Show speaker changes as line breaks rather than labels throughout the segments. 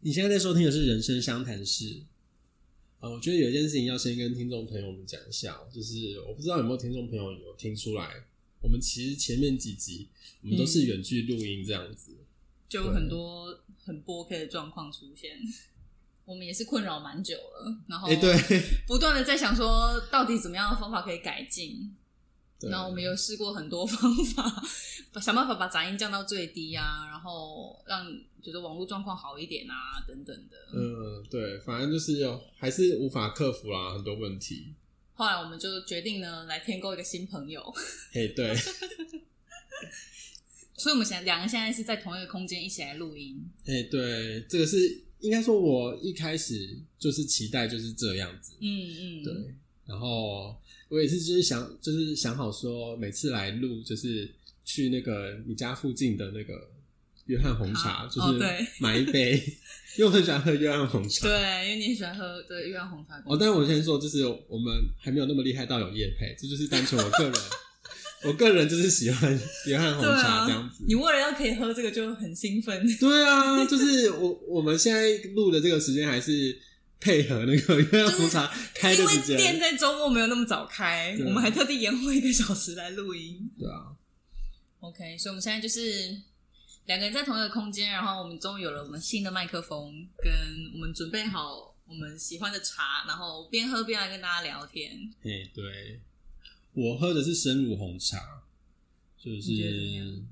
你现在在收听的是《人生相谈室》啊、我觉得有一件事情要先跟听众朋友们讲一下哦，就是我不知道有没有听众朋友有听出来，我们其实前面几集我们都
嗯
是远距录音这样子，
就有很多很不 OK 的状况出现。我们也是困扰蛮久了，然后
哎、对，
不断的在想说，到底怎么样的方法可以改进。
对
然后我们有试过很多 方法，把想办法把杂音降到最低啊，然后让觉得网络状况好一点啊，等等的。
嗯，对，反正就是有还是无法克服啦，很多问题。
后来我们就决定呢，来添购一个新朋友，
嘿，对，
所以我们现在两个现在是在同一个空间一起来录音。
嘿，对，这个是应该说，我一开始就是期待就是这样子，
嗯嗯，
对，然后我也是就是想就是想好说，每次来录就是去那个你家附近的那个约翰红茶，
啊
就
哦
是
对
买一杯， 因为我很喜欢喝约翰红茶。
对，因为你很喜欢喝对月亮红茶。
哦，但是我先说，就是我们还没有那么厉害到有夜配，这就是单纯我 个人，我个人就是喜欢约翰红
对
茶
啊
这样子。
你为了要可以喝这个就很兴奋，
对啊，就是我我们现在录的这个时间还是配合那个月亮红茶开
因
的时
为店
间，
在周末没有那么早开，
对
我们还特地延后一个小时来录音。
对啊，
OK，所以我们现在就是两个人在同一个空间，然后我们终于有了我们新的麦克风，跟我们准备好我们喜欢的茶，然后边喝边来跟大家聊天。
嘿，哎对，我喝的是生乳红茶，就
你觉得怎么
是
样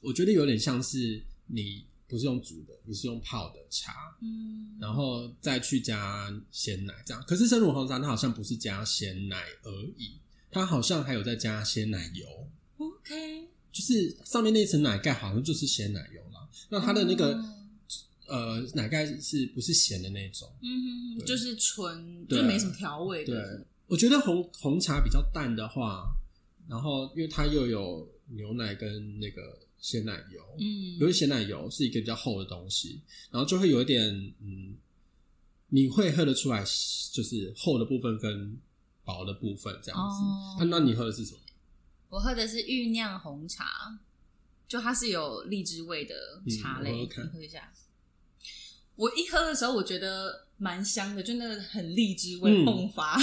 我觉得有点像是你不是用煮的，你是用泡的茶，
嗯
然后再去加鲜奶这样。可是生乳红茶它好像不是加鲜奶而已，它好像还有再加鲜奶油。
，OK，
就是上面那一层奶盖好像就是鲜奶油啦。那它的那个、
哦
呃奶盖是不是咸的那种？
嗯哼哼，就是纯，
对
就没什么调味
对
的。，
我觉得红红茶比较淡的话，然后因为它又有牛奶跟那个鲜奶油，
嗯，
由于鲜奶油是一个比较厚的东西，然后就会有一点嗯，你会喝得出来，就是厚的部分跟薄的部分这样子。啊
哦
那那你喝的是什么？
我喝的是酝酿红茶，就它是有荔枝味的茶
嗯
类，
我喝喝看
你喝一下。我一喝的时候，我觉得蛮香的，就那个很荔枝味
嗯
迸发。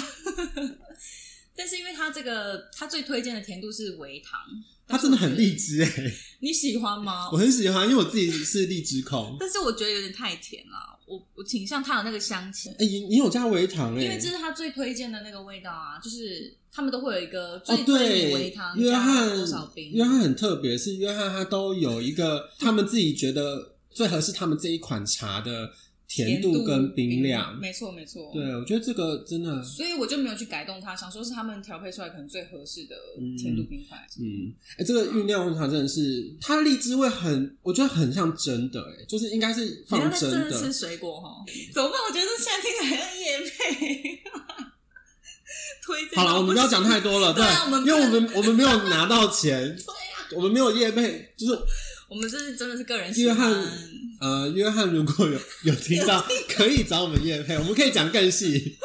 但是因为它这个，它最推荐的甜度是微糖，
它真的很荔枝哎、
你喜欢吗
我？很喜欢，因为我自己是荔枝控。
但是我觉得有点太甜了，我我倾向它有那个香气，
哎、你你有加微糖哎、
因为这是它最推荐的那个味道啊，就是他们都会有一个
哦
最，推荐
对，
微糖
约
加
翰
多少冰，
约翰很特别，是约翰他都有一 个他们自己觉得最合适他们这一款茶的甜度跟冰量。
没错没错，
对，我觉得这个真的，嗯
所以我就没有去改动它，想说是他们调配出来可能最合适的甜度冰块。
嗯，哎、这个酝酿红茶真的是，它的荔枝味很，我觉得很像真的、哎，就是应该是
你要
放
在
真
真
的
的吃水果哈？ 怎么办？我觉得这现在听起来像夜配， 推荐
好了，我们不要讲太多了，
对啊我们不
因为
要啊
我们我们没有拿到钱，我们没有业配，就是
我们这是真的是个人喜
约
欢
翰。，呃，约翰如果有有听到，可以找我们叶配，我们可以讲更细。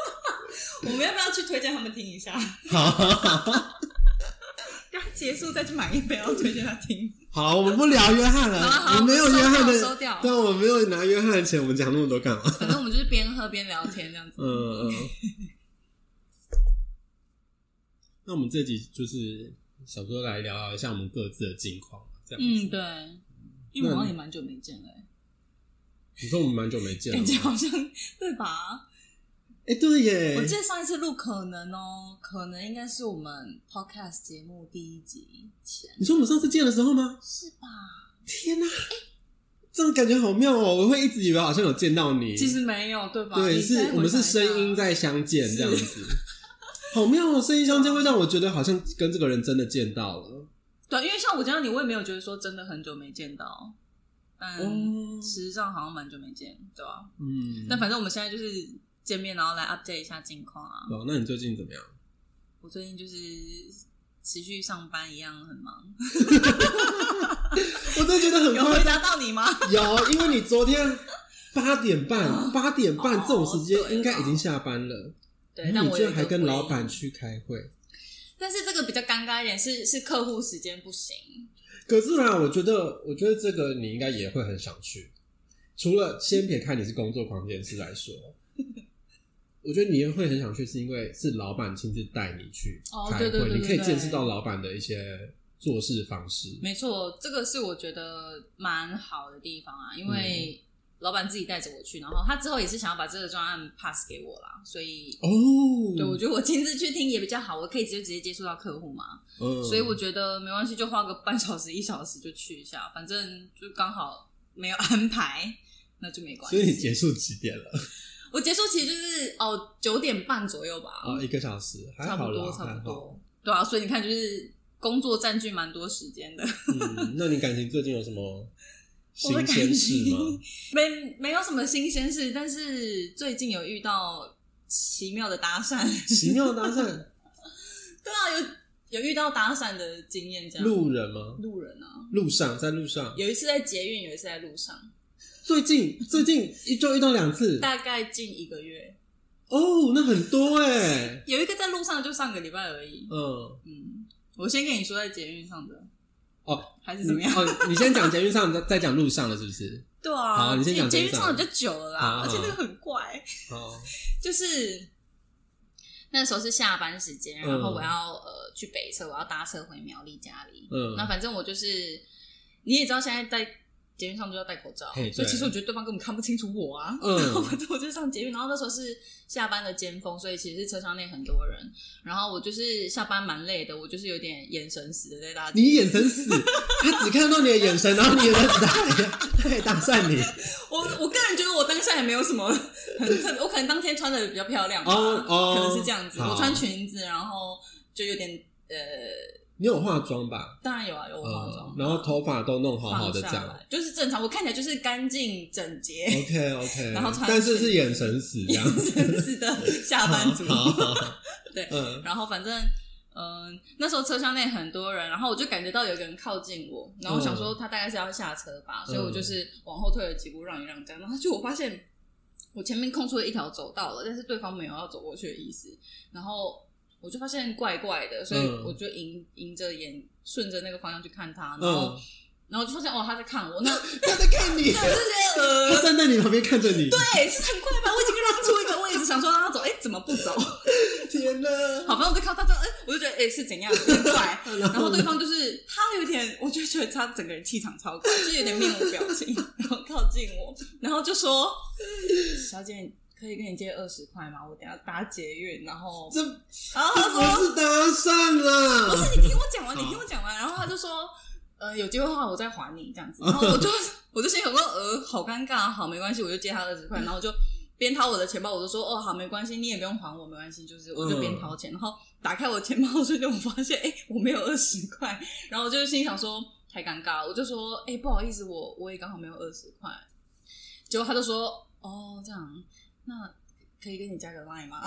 我们要不要去推荐他们听一下？
好，
让他结束再去买一杯，然后推荐他 听。
好，我们不聊约翰了，
好了好了
我们没有约翰
收掉收掉
的，但我们没有拿约翰的钱，我们讲那么多干嘛？
反正我们就是边喝边聊天这样子。
嗯嗯。那我们这集就是想说来聊聊一下我们各自的近况，这样子。
嗯，对，因为我好像也蛮久没见了、欸，
你说我们蛮久没见了
感觉
吗，
好像对吧？
哎、对耶，
我记得上一次录可能哦，可能应该是我们 podcast 节目第一集前，
你说我们上次见的时候吗？
是吧？
天哪、这种感觉好妙哦！我会一直以为好像有见到你，
其实没有，对吧？
对，
你再
是我们是声音在相见这样子， 好妙哦！声音相见会让我觉得好像跟这个人真的见到了。
回想一下对，因为像我见到你，我也没有觉得说真的很久没见到，但
哦
实际上好像蛮久没见，对吧？
嗯，
嗯但反正我们现在就是见面，然后来 update 一下近况啊。
哦，那你最近怎么样？
我最近就是持续上班，一样很 忙。
我真的觉得很
有回
快，
答到你吗？
有，啊因为你昨天八点半，八点半
啊哦
这种时间
对
应该已经下班了，
对，
然
但
后你
我
居
有
然
一
还
个
跟
回
老板去开会。
但是这个比较尴尬一点，是是客户时间不行。
啊可是啦，我觉得，我觉得这个你应该也会很想去，除了先撇开你是工作狂这件事来 说，我觉得你会很想去，是因为是老板亲自带你去
哦
开会，
对对对对
你可以
对
见识到老板的一些做事方式。
没错，这个是我觉得蛮好的地方啊，因
嗯
为老板自己带着我去，然后他之后也是想要把这个专案 pass 给我啦，所以。
哦，
对，我觉得我亲自去听也比较好，我可以直接直接接触到客户嘛，
嗯
所以我觉得没关系，就花个半小时一小时就去一下，反正就刚好没有 安排，那就没关
所以你
系。
结束几点了？
我结束其实就是哦九点半左右吧，
哦，一个小时，还
差
好
不
啦，
多差
还
不
好。
多，对啊，所以你看就是工作占据蛮多时间的，
嗯，那你感情最近有什么新
我的
鲜
感
事吗？
情没没有什么新鲜事，但是最近有遇到奇妙的搭讪，
奇妙啊搭讪
对啊，有有遇到搭讪的经验，这样
路人吗？
路人啊，
路上，在路上，
有一次在捷运，有一次在路上，
最近最近一周遇到两次
大概近一个月，
哦，那很多哎、
有一个在路上就上个礼拜而已，
嗯，
嗯，我先跟你说在捷运上的
哦，
还是怎么样？
哦，你先讲捷运上， 再再讲路上了，是不是？
对
好
啊，
你先
捷
讲
捷运
捷运上
上的比较久了
好好
啦，而且那个很怪，
好，
就是那时候是下班时间，
嗯
然后我要、呃去北车，我要搭车回苗栗家里。
嗯
那反正我就是你也知道，现在在捷运上都要戴口罩
嘿，
所以
对
其实我觉得对方根本看不清楚我啊。
嗯
然后反正我就上捷运，然后那时候是下班的尖峰，所以其实是车厢内很多人。然后我就是下班蛮累的，我就是有点眼神死的在搭捷运。
你眼神死，他只看到你的眼神，然后你眼神死他， 他也搭讪你。
我我个人觉得我当下也没有什么很特别，我可能当天穿的比较漂亮吧
哦哦
可能是这样子。
好
我穿裙子，然后就有点呃，
你有化妆吧？
当然有啊，有化妆、
嗯，然后头发都弄好好的这
放下
样。
来，就是正常。我看起来就是干净整洁，
OK OK，
然后穿
但是是眼神死 这样。
真是的下班族。
好好好
对
嗯
然后反正。嗯，那时候车厢内很多人，然后我就感觉到有一个人靠近我，然后我想说他大概是要下车吧，
嗯
所以我就是往后退了几步让一让这样，然后就我发现我前面空出了一条走道了，但是对方没有要走过去的意思，然后我就发现怪怪的，所以
嗯
我就迎迎着眼顺着那个方向去看他，然后、
嗯，
然后我就发现哦他在 看我，那那
他在看你，
我就觉得呃
他站在你旁边看着你。
对是很怪吧，我已经让出一个位置，想说让他走，哎怎么不走？
天哪！
好，反正我就看到他这样，哎、我就觉得哎、是怎样很怪，
然
然后对方就是他有点，我就觉得他整个人气场超怪，就是有点面无表情， 然后靠近我，然后就说：“小姐，可以跟你借二十块吗？我等下搭捷运。”然后，
这
然后
这
他
不
说
是搭讪：“
不
啦，
是，你听我讲完，
好
你听我讲
嗯
完。”然后他就说。呃，有机会的话我再还你 这样子，然后我就我就心想说，呃，好尴尬，好没关系，我就借他二十块，然后我就边掏我的钱包，我就说，哦，好没关系，你也不用还我，没关系，就是我就边掏
嗯
钱，然后打开我钱包的瞬间，我发现，哎、我没有二十块，然后我就心想说太尴尬了，我就说哎、不好意思，我我也刚好没有二十块。结果他就说哦这样，那可以跟你加个 line 吗？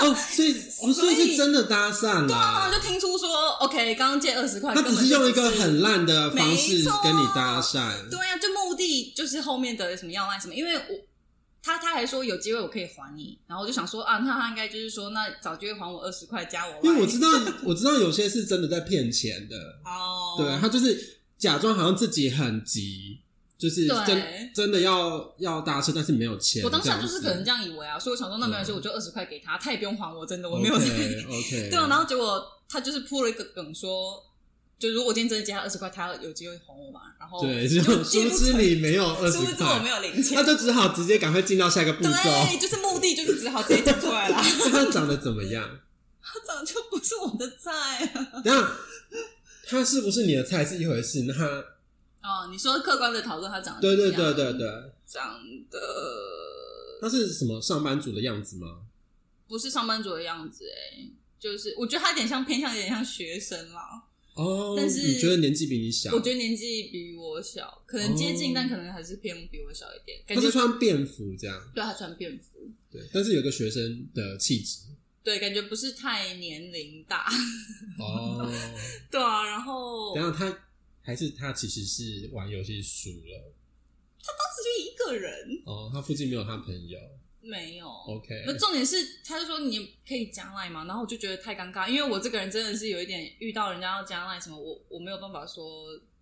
哦，所以哦，所以是真的搭讪
然后
啦
就。听出说 OK 刚刚借二十块，
啊他只是用一个很烂的方式
没错
跟你搭讪，
对呀、啊就目的就是后面的什么要 line 什么，因为我。他他还说有机会我可以还你，然后我就想说啊，那他应该就是说那找机会还我二十块加我 line，
因为我知道我知道有些是真的在骗钱的，
哦，
对啊他就是假装好像自己很急，就是
对
真真的要要搭车，但是没有钱。
我当
这
下
样
就
子
是可能这样以为啊，所以我想说那没关系，
嗯
我就二十块给他，他也不用还我，真的我没有
OK OK，
对啊，然后结果他就是铺了一个梗说，就如果今天真的借他二十块，他有机会还我嘛。然后
对，
就
就
借
殊
不
不
成
知 你没有二十
殊不知我
块，
没有零钱
那，就只好直接赶快进到下一个步骤。
对，就是目的就是只好直接讲出来 啦。
那他长得怎么样？
他长得就不是我的菜 啊。
那他是不是你的菜是一回事，那他
哦，你说客观的讨论他长得
对对
怎么
对
样
对对，
长得
他是什么上班族的样子吗？
不是上班族的样子哎、就是我觉得他有点像偏向有点像学生啦，
哦，
但是
你觉得年纪比你小？
我觉得年纪比我小，可能接近，
哦
但可能还是偏比我小一点。感
他
觉
是穿便服这样，
对他穿便服，
对，但是有个学生的气质
对，感觉不是太年龄大。
哦。
对啊，然后
然后他还是他其实是玩游戏输了
当时就一个人
哦，他附近没有他朋友。
没有。
OK，
那重点是，他就说你可以加赖吗？然后我就觉得太尴尬，因为我这个人真的是有一点遇到人家要加赖什么，我我没有办法说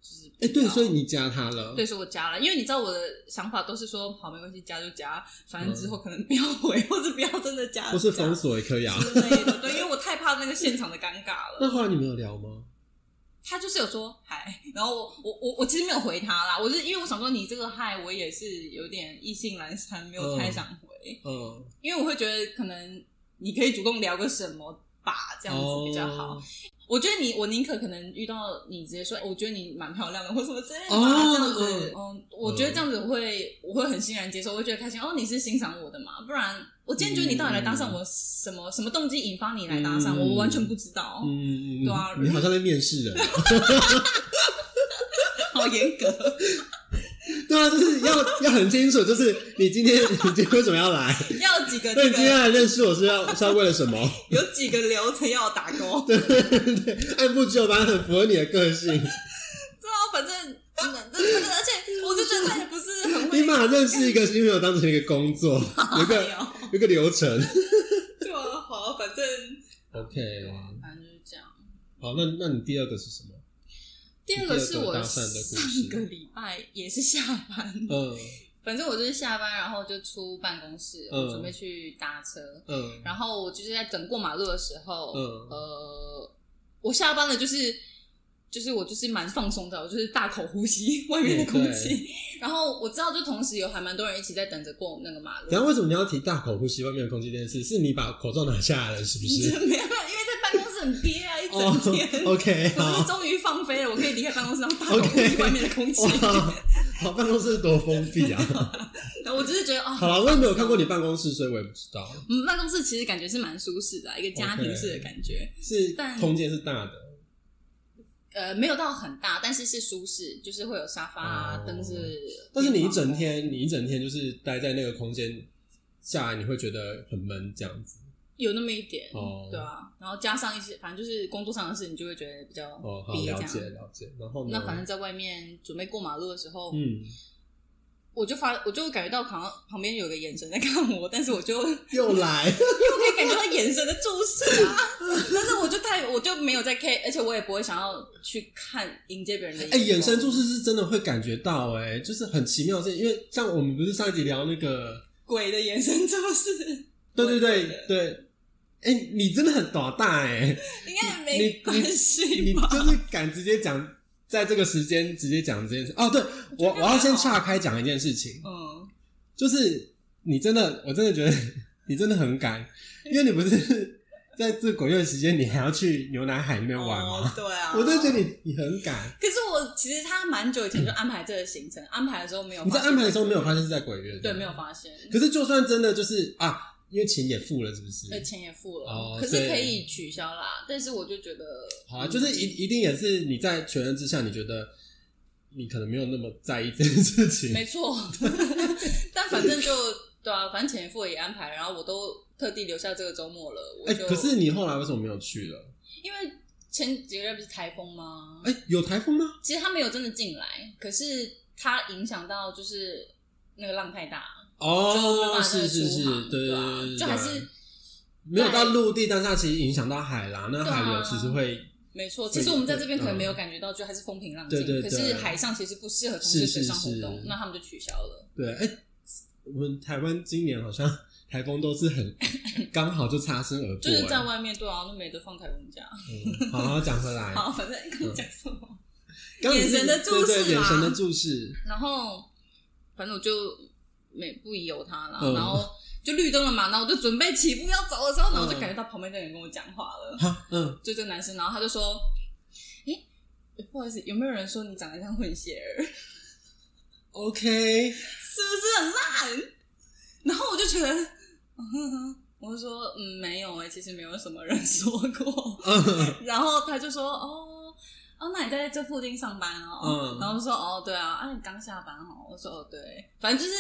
就是
哎、对，所以
你。
你加他了，
对，是我加了，因为你知道我的想法都是说，好，没关系，加就加，反正之后可能不要回， 或者不要真的加，
嗯或是
加
封锁也可以啊。
之类的，对，因为我太怕那个现场的尴尬了。
那后来你们有聊吗？
他就是有说嗨，然后我我我我其实没有回他啦，我是因为我想说你这个嗨，我也是有点意兴阑珊，没有太想回，
嗯，
因为我会觉得可能你可以主动聊个什么吧，这样子比较好。
哦
我觉得你，我宁可可能遇到你直接说，哦我觉得你蛮漂亮的，或什么之类的吧，
哦
这样子
嗯，
嗯，我觉得这样子我会，我会很欣然接受，我会觉得开心。哦，你是欣赏我的嘛？不然我今天觉得你到底来搭讪我什么、什么动机引发你来搭讪
嗯
我，我完全不知道，
嗯，嗯嗯
对啊
你好像在面试人。
好严格。
对啊，就是要要很清楚，就是你今天你今天为什么要 来？
要有几 个
那
这
你今天
个
来认识我是要是要为了什么？
有几个流程要打勾，
按部就班，很符合你的个性。
对啊，反正真的，真的，而且我就觉得他也不是很
你
会。
把认识一个新朋友当成一个工作，有一
哎
个
呦
有一个流程。
对啊，好，反正
OK，
对啊，反正就是这样。
好，那那你第二个是什么？
第二个是我
搭讪的故事
上个礼拜也是下班，
嗯
反正我就是下班，然后就出办公室，
嗯
我准备去搭车，
嗯
然后我就是在等过马路的时候，
嗯
呃，我下班了，就是就是我就是蛮放松的，我就是大口呼吸 外面
嗯
的空气，然后我知道就同时有还蛮多人一起在等着过那个马路，
然后为什么你要提大口呼吸外面的空气这件事？是你把口罩拿下来了， 是不
没有
是？
没有，因为在办公室很憋啊，一
哦
整天。
，OK，
我就是
好，
终于放飞了，我可以离开办公室，然后大口呼吸
OK 哦
外面的空气。
哇，好，办公室多封闭啊！
然后我只是觉得哦，
好了，我也没有看过你办公室，所以我也不知道，
嗯，办公室其实感觉是蛮舒适的啊、一个家庭式的感觉。
是
但
空间是大的，
呃，没有到很大，但是是舒适，就是会有沙发啊
哦，
灯、是。
但是你一整，天，哦你一整天就是待在那个空间下来，你会觉得很闷这样子。
有那么一点，
哦
对啊。然后加上一些，反正就是工作上的事，你就会觉得比较
哦，好，
憋
了
这
解
样。
了解。然后呢？
那反正在外面准备过马路的时候，
嗯，
我就发，我就感觉到旁旁边有个眼神在看我，但是我就
又来，
我可以感觉到眼神的注视啊， 但是我就太我就没有在 K，而且我也不会想要去看迎接别人的
哎、眼神注
视
视是真的会感觉到、哎，就是很奇妙的事情。因为像我们不是上一集聊那个，
鬼的眼神注视，
对对
对
对对，哎、你真的很短大 哎、
应该没关
你
系吧？
就是敢直接讲，在这个时间直接讲这件事。哦，对我我要先岔开讲一件事情，
嗯，
就是你真的，我真的觉得你真的很敢，因为你不是 在这鬼月时间，你还要去牛奶海那边玩
哦
吗？，
对啊，
我真的觉得你你很敢。
可是我其实他蛮久以前就安排这个行程，安排的时候没有
你
发
在
现，
安排的时候没有发现是在鬼月，
对没有。发现，
可是就算真的就是啊，因为钱也付了，是不是？
对呃钱也付了，
哦
可是
对
可以取消啦。但是我就觉得，嗯
好啊，就是一一定也是你在全人之下，你觉得你可能没有那么在意这件事情。
没错， 但反正就对啊，反正前夫也安排了，然后我都特地留下这个周末了。我
哎、
就、
可是你后来为什么没有去了？
因为前几个月不是台风吗？
哎、有台风吗？
其实他没有真的进来，可是它影响到就是那个浪太大，就没
哦，
办法真
是
的
是
出
是，
航
对
对
对
啊
对，
就还是
没有到陆地，但是它其实影响到海啦。那
对啊
海流其实会，
没错。
对
其实我们在这边
对嗯
可能没有感觉到，就还是风平浪静。
对对对
可是海上其实不适合从事水上活动，
是是是
那他们就取消了。
对，哎、我们台湾今年好像台风都是 很刚好就擦身而过、
就是在
哎
外面对啊，那没得放台风假。
嗯好好讲回来，
好，反正刚刚讲什么？
嗯刚刚你是
眼神的注视啊
对对，眼
嘛
神的注视，
然后反正我就没不疑有他啦，
嗯
然后就绿灯了嘛，然后我就准备起步要走的时候，然后我就
嗯
感觉到旁边的人跟我讲话了，
哈，嗯，
就这个男生，然后他就说：“诶、不好意思，有没有人说你长得像混血儿？是
OK，
不是很烂？”然后我就觉得，嗯我就说：“嗯，没有诶、其实没有什么人说过。”
嗯，
然后他就说：“哦。”哦，那你在这附近上班哦？
嗯
然后我就说哦，对啊，啊，你刚下班哦。我说哦，对，反正就是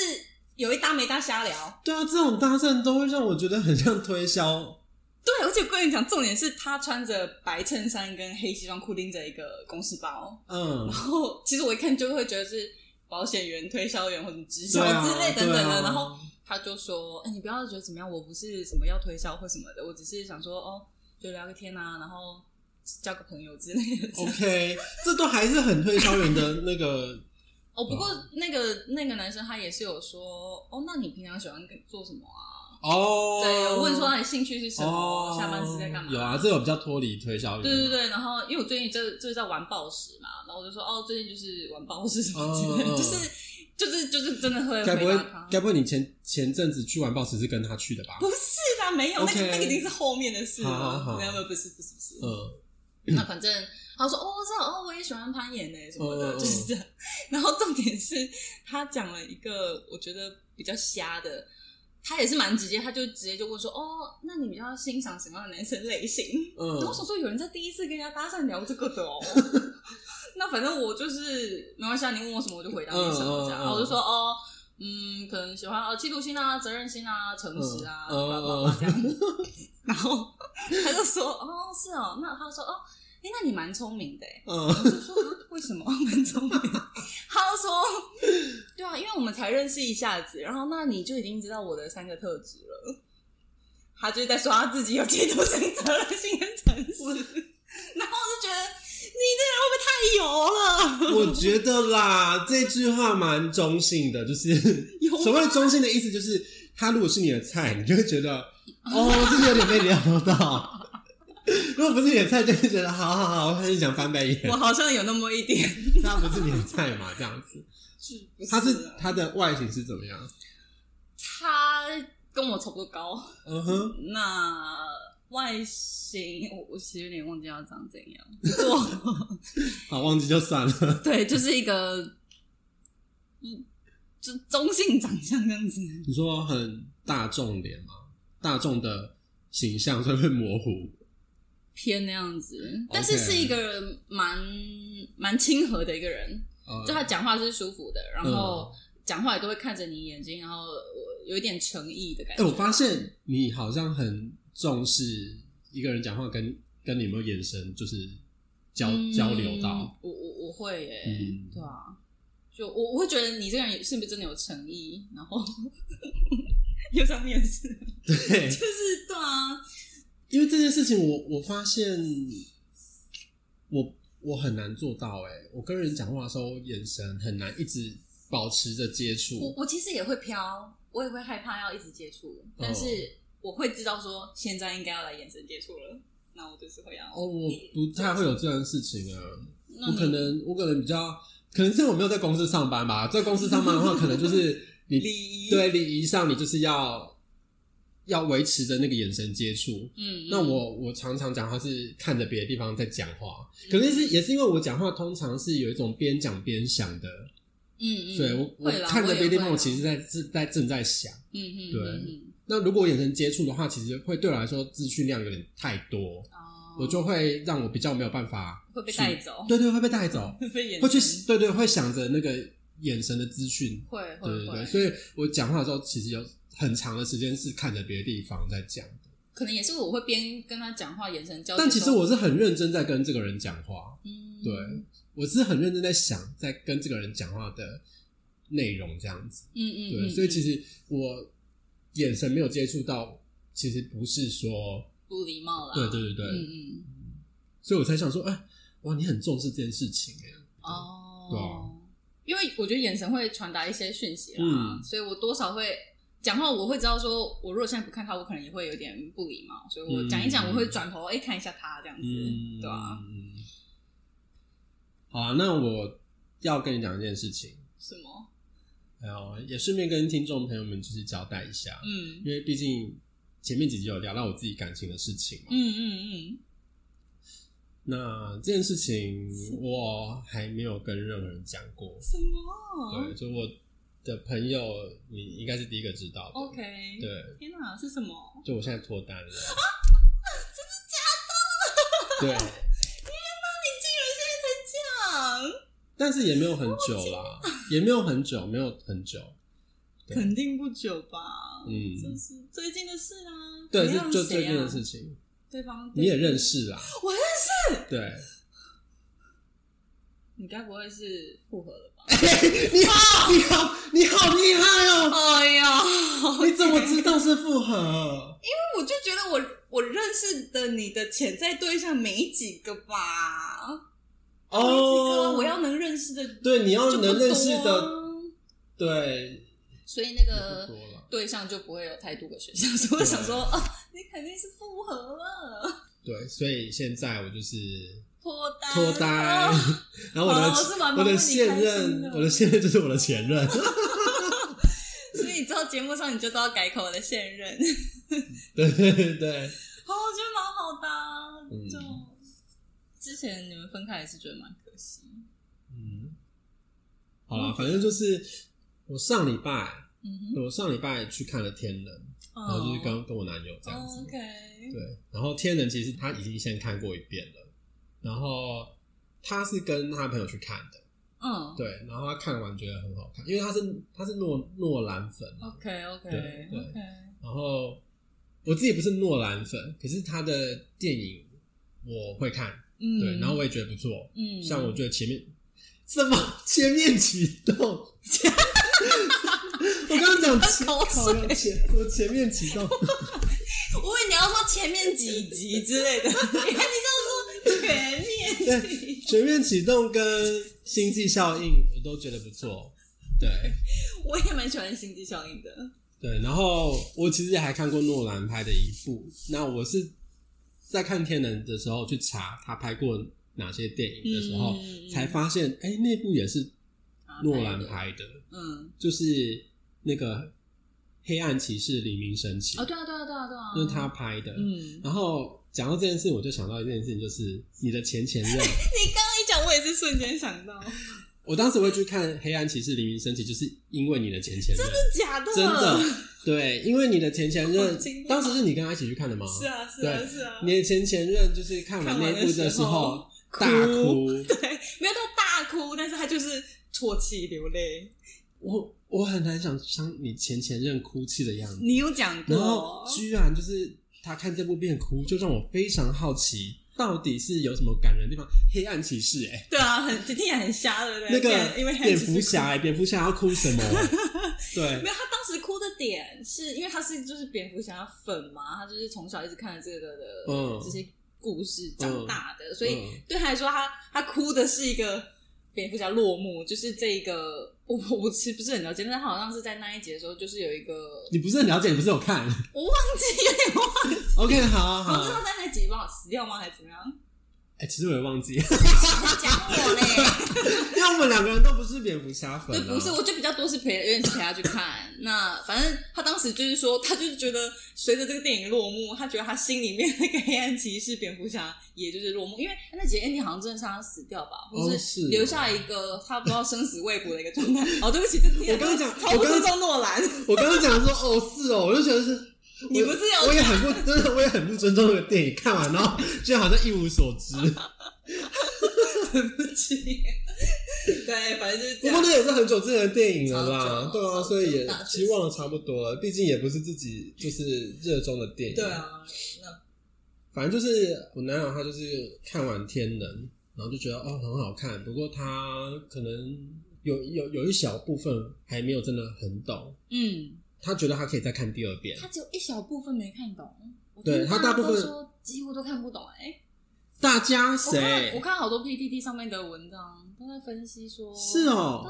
有一搭没搭瞎聊。
对啊，这种搭讪都会让我觉得很像推销，
对，而且我跟你讲，重点是他穿着白衬衫跟黑西装裤，拎着一个公事包。
嗯
然，后其实我一看就会觉得是保险员、推销员或者直销
对啊，
之类等
对
等的。
啊
然后他就说：“哎、你不要觉得怎么样，我不是什么要推销或什么的，我只是想说哦，就聊个天啊，然后交个朋友之类的。
哦 OK，这都还是很推销人的那个，
哦，不过
嗯
那个那个男生他也是有说，哦，那你平常喜欢做什么啊？
哦，
对，我问说他的兴趣是什么，下班是在干嘛？
有啊，这个比较脱离推销员。
对对对，然后因为我最近就就是在玩暴食嘛，然后我就说哦，最近就是玩暴食什么之类的，
嗯嗯
就是就是就是真的会
该不
回
会
答他
该不会你前前阵子去完报时是跟他去的吧？
不是啦，没有
OK
那个那个已经是后面的事
好
了，
好好
没有没有不是不是不是，
嗯，
那反正他说哦我知道哦我也喜欢攀岩呢什么的，
嗯嗯嗯
就是这样。然后重点是他讲了一个我觉得比较瞎的。他也是蛮直接，他就直接就问说：“哦，那你比较欣赏什么样的男生类型？”
嗯
然后我想说，有人在第一次跟人家搭讪聊这个的 哦。那反正我就是没关系，啊，你问我什么我就回答你什么这样。
嗯嗯嗯
然后我就说哦，嗯，可能喜欢哦，嫉妒心啊、责任心啊、诚实啊，
嗯嗯
叭叭叭这样。 然后他就说哦，是哦，那他就说哦。哎，那你蛮聪明的哎，
嗯，
我就说啊为什么蛮聪明？他就说，对啊，因为我们才认识一下子，然后那你就已经知道我的三个特质了。他就是在说他自己有嫉妒心、责任心跟诚实， 然后我就觉得你这个人会不会太油了？
我觉得啦，这句话蛮中性的，就是
有吗
所谓中性的意思就是，他如果是你的菜，你就会觉得哦，这个有点被撩到； 如果不是你的菜，就会觉得好好好，我很想翻白眼
我。好像有那么一点，
他不是你的菜嘛，这样子。
不
他是
啊
他的外形是怎么样？
他跟我差不多高，
嗯哼，
那外形我我其实有点忘记他长怎样，不过。
好，忘记就算了。
对，就是一个，嗯，就中性长相这样子。
你说很大众脸嘛，大众的形象所以会模糊。
偏那样子
OK，
但是是一个蛮蛮亲和的一个人，
呃
就他讲话是舒服的，然后
嗯
讲话也都会看着你眼睛，然后我有一点诚意的感
哎、
觉。
我发现你好像很重视一个人讲话跟跟你有没有眼神，就是交、
嗯
交流到。
我我我会耶、
嗯
对啊，就我我会觉得你这个人是不是真的有诚意，然后 有长面试，
对，
就是对啊，
因为这件事情我，我发现我我很难做到、哎，我跟人讲话的时候，眼神很难一直保持着接
我
触。
我其实也会飘，我也会害怕要一直接触，
哦
但是我会知道说现在应该要来眼神接触了，那我就是会要。
哦，我不太会有这样的事情啊。
那
我
你
可能我可能比较，可能是我没有在公司上班吧。在公司上班的话，可能就是你
礼仪，
对礼仪上，你就是要要维持着那个眼神接触。
嗯，
那我我常常讲话是看着别的地方在讲话，可能是也是因为我讲话通常是有一种边讲边想的，
嗯嗯，
所以我我
会啦
看着别的地方，
也会啦
我其实在是在正在想。
嗯嗯
对
嗯嗯
那如果眼神接触的话，其实会对我来说资讯量有点太多，
哦，
我就会让我比较没有办法
会被
去
带走，
对对，会被带走，
会被眼
会去
神
对对会想着那个眼神的资讯，
会
对
会
对对，
会，
所以我讲话的时候其实有很长的时间是看着别的地方在讲，
可能也是我会边跟他讲话，眼神交接
但
的
其
时
实
候，
我是很认真在跟这个人讲话，
哦嗯
对我是很认真在想在跟这个人讲话的内容这样子，
嗯嗯，
对，
嗯
所以其
嗯
实我眼神没有接触到，其实不是说，
不礼貌啦，
对对对
嗯
对，
嗯
所以我才想说，哎，哇，你很重视这件事情哎，
哦，
对啊
因为我觉得眼神会传达一些讯息啦，
嗯
所以我多少会讲话，我会知道说，我如果现在不看他，我可能也会有点不礼貌，所以我讲一讲，
嗯
我会转头哎、看一下他这样子，
嗯，
对啊，
嗯。好啊，那我要跟你讲一件事情，
什么？
然后也顺便跟听众朋友们就是交代一下，
嗯
因为毕竟前面几集有聊到我自己感情的事情嘛。
嗯嗯
那这件事情我还没有跟任何人讲过
嗯，，什么
对，就我的朋友，你应该是第一个知道的。
？OK，啊
对，
天哪，是什么？
就我现在脱单了，真的 假的？对，
那啊你竟然现在才
但是也没有很久啦，也没有很久，没有很久。对
讲，肯定不久吧？
嗯
就是最近的事啊。
对，
怎
是
样
就
谁
最近的
啊
事，情，
对方
你也认，哦识啦。
我认识，
对，
你该不会是复合了吧？
你好，你 好，你好厉害哦！
哎呀，
你怎么知道是复合？
我就觉得我我认识的你的潜在对象没几个吧，没几个啊，我要能认识的
对你要
就不
哦能认识
多啊呃
的，对，
所以那
也不
个
多了，
对象就不会有太多个选项，所以我想说，哦，你肯定是复合了，
对，所以现在我就是
脱单，
脱单， 然后我的
啊好了我是蛮
我
帮
的
你
现
开心
任
的，
我的现任就是我的前任，
所以你知道节目上你就都要改口我的 现任，
对对对，
哦，我觉得蛮好的啊、
嗯
就之前你们分开也是觉得蛮可惜，
嗯，好了，反正就是我上礼拜，
嗯
我上礼拜去看了《天人》，
哼，
然后就是
哦
跟跟我男友这样子，
OK，
对，然后《天人》其实他已经先看过一遍了，然后他是跟他朋友去看的，
嗯，
对，然后他看完觉得很好看，因为他是他是诺诺兰粉嘛，
，OK OK
对对
嗯 OK，
然后我自己不是诺兰粉，可是他的电影我会看，
嗯，
对，然后我也觉得不错，
嗯，
像我觉得前面什么 前面启动， 我刚刚讲 前
口水
靠腰前 我前面启动，
我以为你要说前面几集之类 的，你看你这样说全面集，
前面启动跟星际效应我都觉得不错，对
我也蛮喜欢星际效应的。
对，然后我其实还看过诺兰拍的一部，那我是在看《天能》的时候去查他拍过哪些电影的时候，
嗯
才发现哎、那部也是
啊
诺兰，拍的，
嗯，
就是那个《黑暗骑士：黎明升起》
哦，对啊，对啊，对啊，对啊，
那是他拍的。
嗯，
然后讲到这件事，我就想到一件事情，就是你的前前任。
你刚刚一讲，我也是瞬间想到，是
我当时会去看《黑暗骑士：黎明升起》，就是因为你的前前任，
假的，
真的，对，因为你的前前
好
任
惊，讶
当时是你跟他一起去看的吗？
是啊，是啊，
对
是啊，
你的前前任就是看完
看
那
完
一部
的
时
时
候
候
大
哭
哭，
对，没有到大哭，但是他就是啜泣流泪。
我我很难想象你前前任哭泣的样子。
你有讲
然后
过，
居然就是他看这部片哭，就让我非常好奇，到底是有什么感人的地方？黑暗骑士、欸，哎，
对啊，很听起来很瞎，对不对？
那
听起来
个
因为
蝙蝠侠、欸，蝙蝠侠要哭什 么？对
没有，他当时哭的点是因为他是就是蝙蝠侠粉嘛，他就是从小一直看着这个的、
嗯
这些故事长大的，所
嗯
以对他来说，他他哭的是一个蝙蝠侠落幕，就是这一个 我我其实不是很了解，但他好像是在那一集的时候，就是有一个
你不是很了解，你不是有看
我忘记有点忘，
？OK，好
我不知
好，
道在那集忘了死掉吗还是怎么样？
哎、其实我也忘记，
讲我嘞，
因为我们两个人都不是蝙蝠侠粉、
对，
啊，
不是，我就比较多是陪，有点是陪他去看。那 反正他当时就是说，他就是觉得随着这个电影落幕，他觉得他心里面那个黑暗骑士蝙蝠侠也就是落幕，因为那几个 ending 好像真的是他死掉吧，
哦
或
是哦
留下一个他不知道生死未卜的一个 状态。哦，对不起，这听起来
我刚刚讲
超
我
不
刚刚
尊重诺兰，
我刚刚讲说哦是哦，我就觉得是。
你不是有
我也很不真的，我也很不尊重这个电影。看完然后就好像一无所知，
啊对不起。对，反正就是这
不
样
过。那也是很久之前的电影了
超
啦，
久
对啊，
超久
所以也
大学
其实忘了差不多了，毕竟也不是自己就是热衷的电影。
对，啊，那
反正就是我男友他就是看完《天能》，然后就觉得哦很好看，不过他可能有有有一小部分还没有真的很懂，
嗯，
他觉得他可以再看第二遍。
他只有一小部分没看懂。我
对
听
他大
大
部分
都说几乎都看不懂哎、
大家
我看我
谁
看好多 PPT 上面的文章都在分析说，啊
是，哦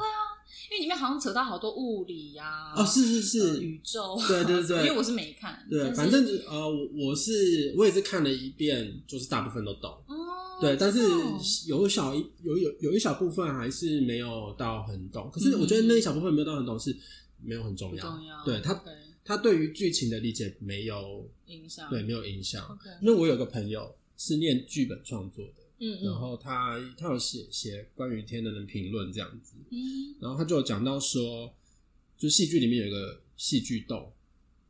因为里面好像扯到好多物理呀、
哦是是
呃
是，
宇宙啊，
对对对
因为我是没看，但
对，
是
反正就呃我我是我也是看了一遍，就是大部分都懂。
哦，
对，但是
真的哦
有小一有有有一小部分还是没有到很懂，可是
嗯
我觉得那一小部分没有到很懂是没有很重
不
要，
重要，
啊对他
OK，
他对于剧情的理解没有
影响，
对没有影响。
，OK，
因为我有个朋友是念剧本创作的，
嗯
然
嗯
后他他有写写关于《天能》的评论这样子，
嗯
然后他就有讲到说，就戏剧里面有一个戏剧洞，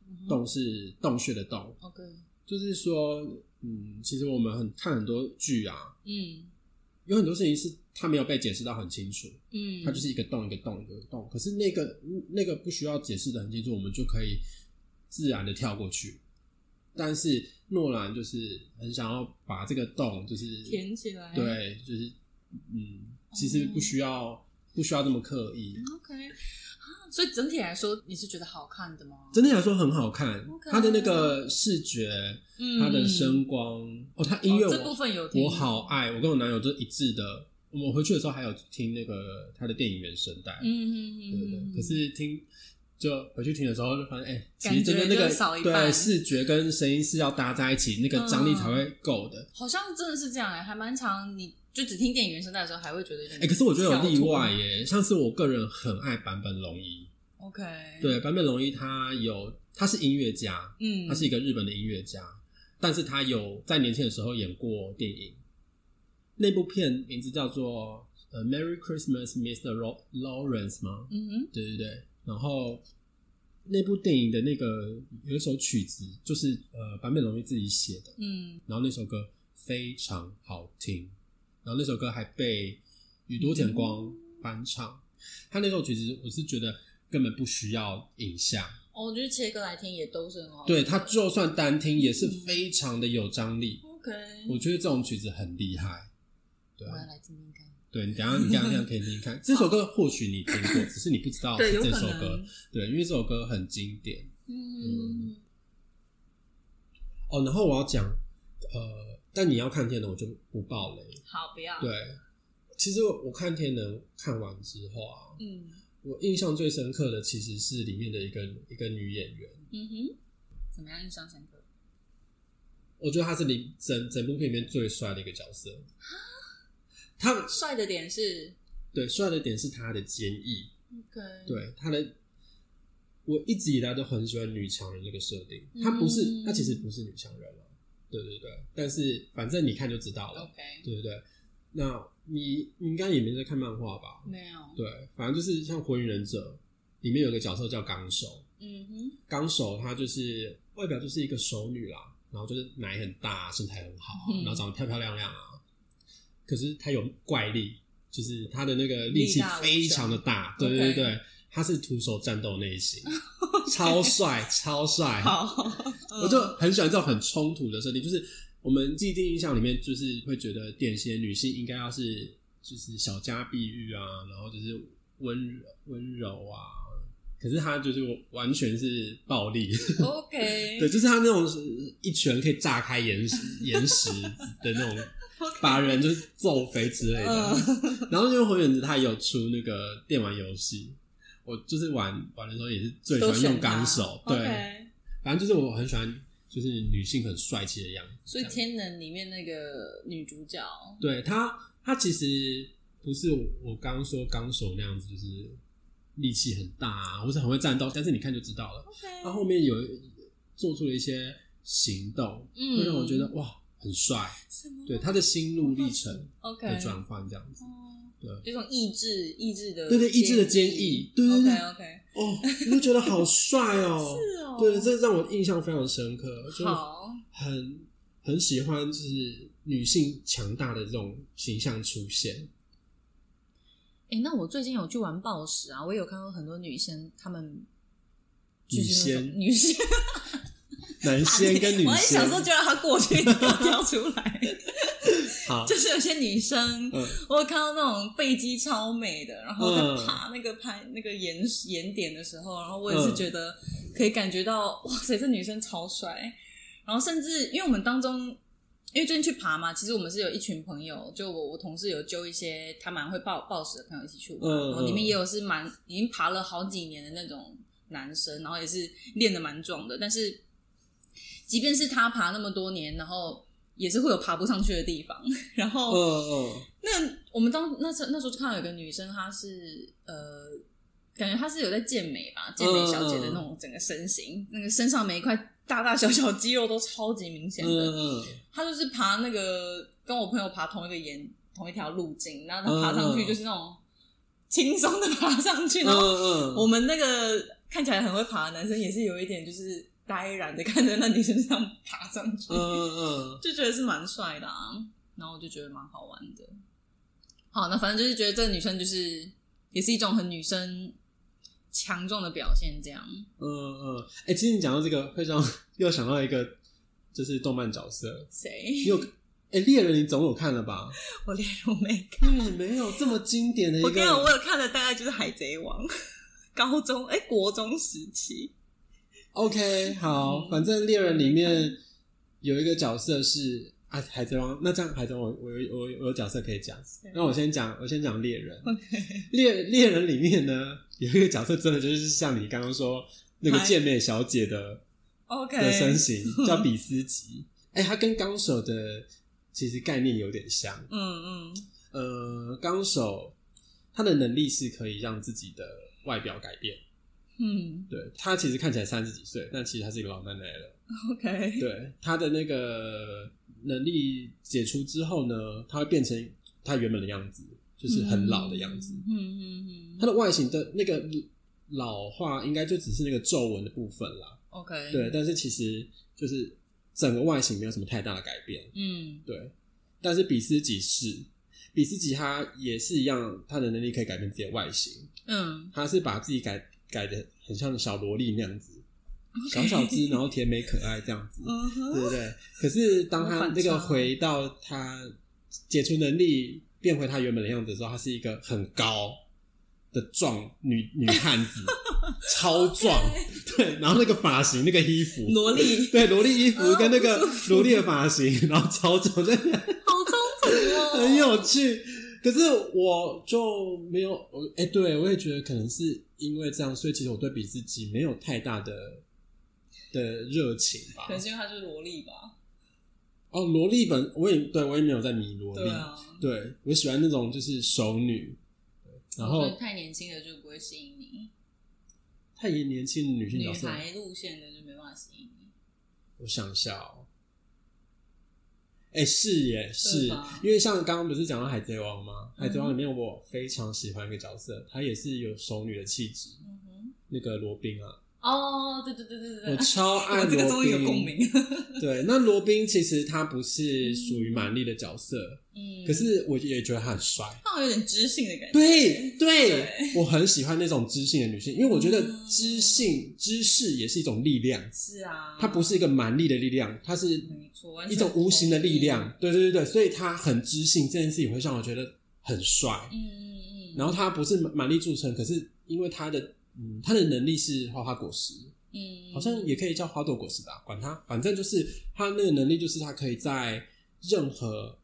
嗯
洞是洞穴的洞，
，OK，
就是说，嗯，其实我们很看很多剧啊，
嗯
有很多事情是它没有被解释到很清楚，
嗯，
它就是一个洞一个洞一个洞。可是那个那个不需要解释的很清楚，我们就可以自然的跳过去。但是诺兰就是很想要把这个洞就是
填起来，
对，就是嗯，其实不需要、不需要这么刻意。
，OK，啊，所以整体来说，你是觉得好看的吗？
整体来说很好看
哦
OK
它的那个视觉，
嗯
它的声光，哦，它音乐
哦
我、
这部分有听
我好爱，我跟我男友就一致的。我们回去的时候还有听那个他的电影原声带，对对对
嗯嗯嗯，
可是听就回去听的时候就发现，哎、其
感
实
觉
真的那个
就少一半
对视觉跟声音是要搭在一起，那个张力才会够的。
好像真的是这样哎、还蛮长。你就只听电影原声带的时候，还会觉得有点
哎、可是我觉得有例外
小突
耶，像是我个人很爱坂本龙一，
兀。OK，，
对，坂本龙一他有他是音乐家，
嗯，
他是一个日本的音乐家，但是他有在年轻的时候演过电影，那部片名字叫做呃《Merry Christmas, Mr. Law- Lawrence》吗？
嗯哼，
对对对，然后那部电影的那个有一首曲子，就是呃坂本龙一自己写的，
嗯，
然后那首歌非常好听，然后那首歌还被宇多田光翻唱。他那首曲子，我是觉得根本不需要影像，
哦，我觉得切割来听也都是很哦好。
对他就算单听也是非常的有张力。
，OK，
我觉得这种曲子很厉害，对
我
啊
要来听听看。
对，你等一下你刚刚可以听听看，这首歌或许你听过，只是你不知道是
有
这
可
首歌
能。，
对，因为这首歌很经典。
嗯，
哦，然后我要讲，呃，但你要看天能，我就不爆雷。
好，不要，
对，其实我看天能看完之后啊，
嗯
我印象最深刻的其实是里面的一个一个女演员，
嗯哼，怎么样印象深刻？
我觉得她是里整整部片里面最帅的一个角色。她
帅的点是
对帅的点是她的坚毅，
OK，，
对她的。我一直以来都很喜欢女强人这个设定，她不是，
嗯
她其实不是女强人啊，对对对，但是反正你看就知道了，
OK，
对不对？那你你应该也没在看漫画吧？
没有，
对，反正就是像《火影忍者》里面有个角色叫纲手，
嗯哼，
纲手她就是外表就是一个熟女啦，然后就是奶很大，身材很好，啊
嗯
然后长得漂漂亮亮啊。可是她有怪力，就是她的那个力气
力大无穷
非常的大，对
OK 哦
对对，她是徒手战斗类 型，超帅超帅，
好，
我就很喜欢这种很冲突的设定，就是我们既定印象里面就是会觉得典型的女性应该要是就是小家碧玉啊，然后就是温温柔啊，可是她就是完全是暴力，
嗯 OK，
对，就是她那种一拳可以炸开岩石岩石的那种，把人就是揍飞之类的。 然后因为火影忍者它有出那个电玩游戏。我就是玩玩的时候也是最喜欢用纲手，对
o k
反正就是我很喜欢，就是女性很帅气的样子。
所以《
这样
天能》里面那个女主角，
对她，她其实不是我刚刚说纲手那样子，就是力气很大、啊，或是很会战斗，但是你看就知道了。她后面有做出了一些行动，
嗯
会让我觉得哇，很帅。
什么
对她的心路历程的
OK，
转换这样子，
哦
对
这种意志、意志的，
对对意志的坚毅对对对
OK OK，
哦，我就觉得好帅哦。
是哦
对，这让我印象非常深刻，就
好，
很很喜欢，就是女性强大的这种形象出现。
哎、那我最近有去玩暴食啊，我也有看到很多女生，她们
女
就是那
仙
种女仙，
男仙跟女
我很
仙
小时，候就让她过去跳出来，
好，
就是有些女生，
嗯
我有看到那种背肌超美的，然后在
嗯
爬那个拍那个岩岩点的时候，然后我也是
嗯
觉得可以感觉到，哇塞，这女生超帅。然后甚至因为我们当中，因为最近去爬嘛，其实我们是有一群朋友，就我我同事有揪一些他蛮会暴暴食的朋友一起去玩，
嗯
然后里
嗯
面也有是蛮已经爬了好几年的那种男生，然后也是练的蛮壮的，但是即便是他爬那么多年，然后也是会有爬不上去的地方，然后
嗯嗯，
那我们当那时候那时候就看到有个女生，她是呃，感觉她是有在健美吧，健美小姐的
嗯
那种整个身形，那个身上每一块大大小小肌肉都超级明显的。
嗯
她就是爬那个跟我朋友爬同一个沿同一条路径，然后她爬上
嗯嗯
去就是那种轻松的爬上去，
嗯
然后
嗯
我们那个看起来很会爬的男生也是有一点就是呆然的看着那女生这样爬上去，
嗯
就觉得是蛮帅的啊，然后我就觉得蛮好玩的。好，那反正就是觉得这个女生就是也是一种很女生强壮的表现，这样。
嗯嗯，哎，其实你讲到这个，会让 又想到一个，就是动漫角色，你
谁？
有哎猎人，你总有看了吧？
我连我没看，
嗯，没有这么经典的一
我跟你讲，
个
我有看的大概就是《海贼王》 高中哎、国中时期，
OK，好，反正猎人里面有一个角色是啊海贼王，那这样海贼王我我有我有我有角色可以讲，那我先讲我先讲猎人。猎猎人里面呢有一个角色真的就是像你刚刚说那个
嗨
健美小姐的
OK，
的身形叫比斯吉，哎、他跟纲手的其实概念有点像，
嗯嗯，
呃，纲手他的能力是可以让自己的外表改变，
嗯
对他其实看起来三十几岁，但其实他是一个老奶奶了。
，OK，
对他的那个能力解除之后呢，他会变成他原本的样子，就是很老的样子。
嗯嗯嗯
他的外形的那个老化，应该就只是那个皱纹的部分啦。
，OK，
对，，但是其实就是整个外形没有什么太大的改变。
嗯
对，但是比斯吉是比斯吉，他也是一样，他的能力可以改变自己的外形，
嗯
他是把自己改改的很像小萝莉那样子。小小只，然后甜美可爱这样子，
嗯哼
对不对？可是当
有
他
反
那个
差
回到他解除能力变回他原本的样子的时候，他是一个很高的壮女女汉子， 超壮， 对，然后那个发型、那个衣服，
萝莉，
对，萝莉衣服跟那个萝莉的发型，然后超壮，真的
好冲突哦，
很有趣。可是我就没有，我哎、对我也觉得可能是因为这样，所以其实我对比自己没有太大的的热情吧。
可能是因为她就是萝莉吧？
哦，萝莉本我也对我也没有在迷萝莉，
对啊，
对我喜欢那种就是熟女，然
我觉
后
得太年轻的就不会吸引你，
太年轻的女性
女
角色，
孩路线的就没办法吸引你。
我想一下哦，哎、是耶，是
吧嗯
因为像刚刚不是讲到海贼王吗？海贼王里面我非常喜欢一个角色，她也是有熟女的气质，
嗯哼，
那个罗宾啊，
哦，对对对对对
我
对，
超爱
我这个
罗宾，
终于有共鸣。
对，那罗宾其实他不是属于蛮力的角色，
嗯，
可是我也觉得他很帅。
那我有点知性的感觉。
对对
对，
我很喜欢那种知性的女性，因为我觉得
嗯
知性、知识也是一种力量，
是啊，
它不是一个蛮力的力量，它是
没错，完
一
全
种无形的力
不同。
量。对对对对，所以他很知性这件事情会让我觉得很帅。
嗯嗯嗯，
然后他不是蛮力著称，可是因为他的嗯，他的能力是花花果实，
嗯，
好像也可以叫花朵果实吧，管他，反正就是他那个能力，就是他可以在任何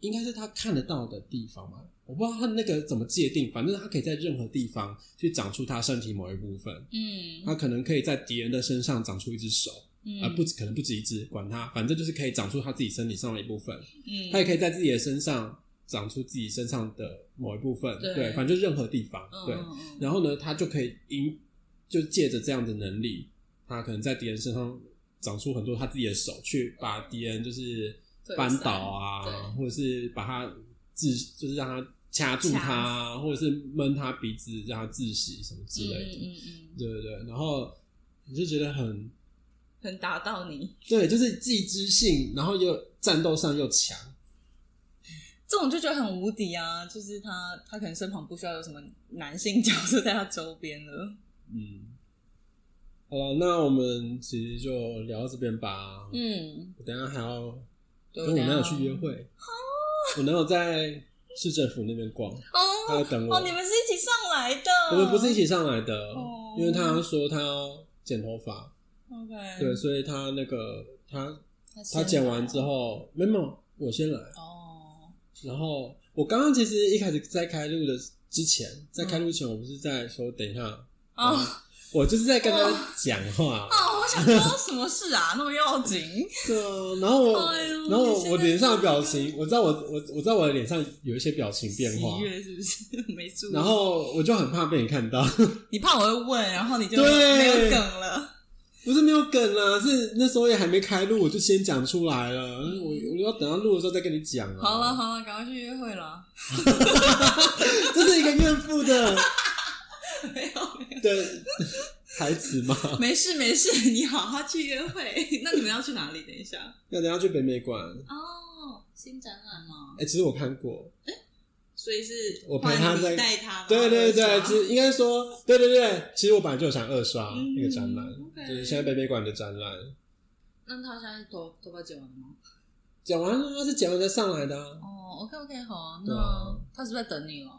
应该是他看得到的地方嘛，我不知道他那个怎么界定，反正他可以在任何地方去长出他身体某一部分，
嗯
他可能可以在敌人的身上长出一只手，
嗯
啊、不止可能不止一只，管他，反正就是可以长出他自己身体上的一部分，
嗯，
他也可以在自己的身上长出自己身上的某一部分，
对
对，反正任何地方，
嗯
对，
嗯嗯
然后呢，他就可以因就借着这样的能力，他可能在敌人身上长出很多他自己的手，去把敌人就是
对
扳倒啊，
对
或者是把他致，就是让他掐住他啊，或者是闷他鼻子让他窒息什么之类的，
嗯嗯嗯，
对对对。然后你就觉得很
很打到你，
对，就是既知性，然后又战斗上又强，
这种就觉得很无敌啊！就是他，他可能身旁不需要有什么男性角色在他周边了。
嗯。好了，那我们其实就聊到这边吧。
嗯，
我等一下还要
对
跟我男友去
等
约
一下
会。我男友在市政府那边逛，他
哦
在等我。
哦，你们是一起上来的？
我们不是一起上来的，
哦
因为他说他要剪头发，
？OK，
对，，所以他那个他
他
他剪完之后，啊没有没有，我先来。
哦，
然后我刚刚其实一开始在开录的之前，在开录前，我不是在说等一下
哦
然后我就是在跟他讲话，
哦，我想说什么事啊？那么要紧？
对啊，然后我，
哎呦
然后
你现在
我我脸上的表情，我知道我我我知道我的脸上有一些表情变化
喜，悦是不是？没注意。
然后我就很怕被你看到，
你怕我会问，然后你就
对
没有梗了。
不是没有梗啦，是那时候也还没开录，我就先讲出来了，我我要等到录的时候再跟你讲啊。
好了，好了，赶快去约会了。
这是一个怨妇的
没有没有，
的台词吗？
没事没事，你好好去约会。 那你们要去哪里？等一下。
要等下去北美馆，
哦，新展览嘛，
哎、其实我看过，
所以是
我陪他
换你
在
带他吗，
对对对，
是
其实应该说，对对对，其实我本来就有想二刷
嗯
啊那个展览，
OK
就是现在北美馆的展览。
那他现在头头发剪完了吗？
讲完了，他是讲完再上来的啊、
哦，OK OK，好啊，
对啊
那他是不是在等你了？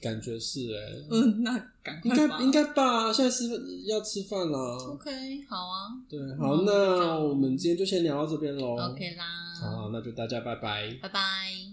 感觉是哎、
嗯， 那赶
应
快吧
该应该吧，现在吃饭要吃饭啦。
OK，好啊
对，好，
嗯
那我们今天就先聊到这边喽。
，OK 啦，
啊好，那就大家拜拜。
拜拜。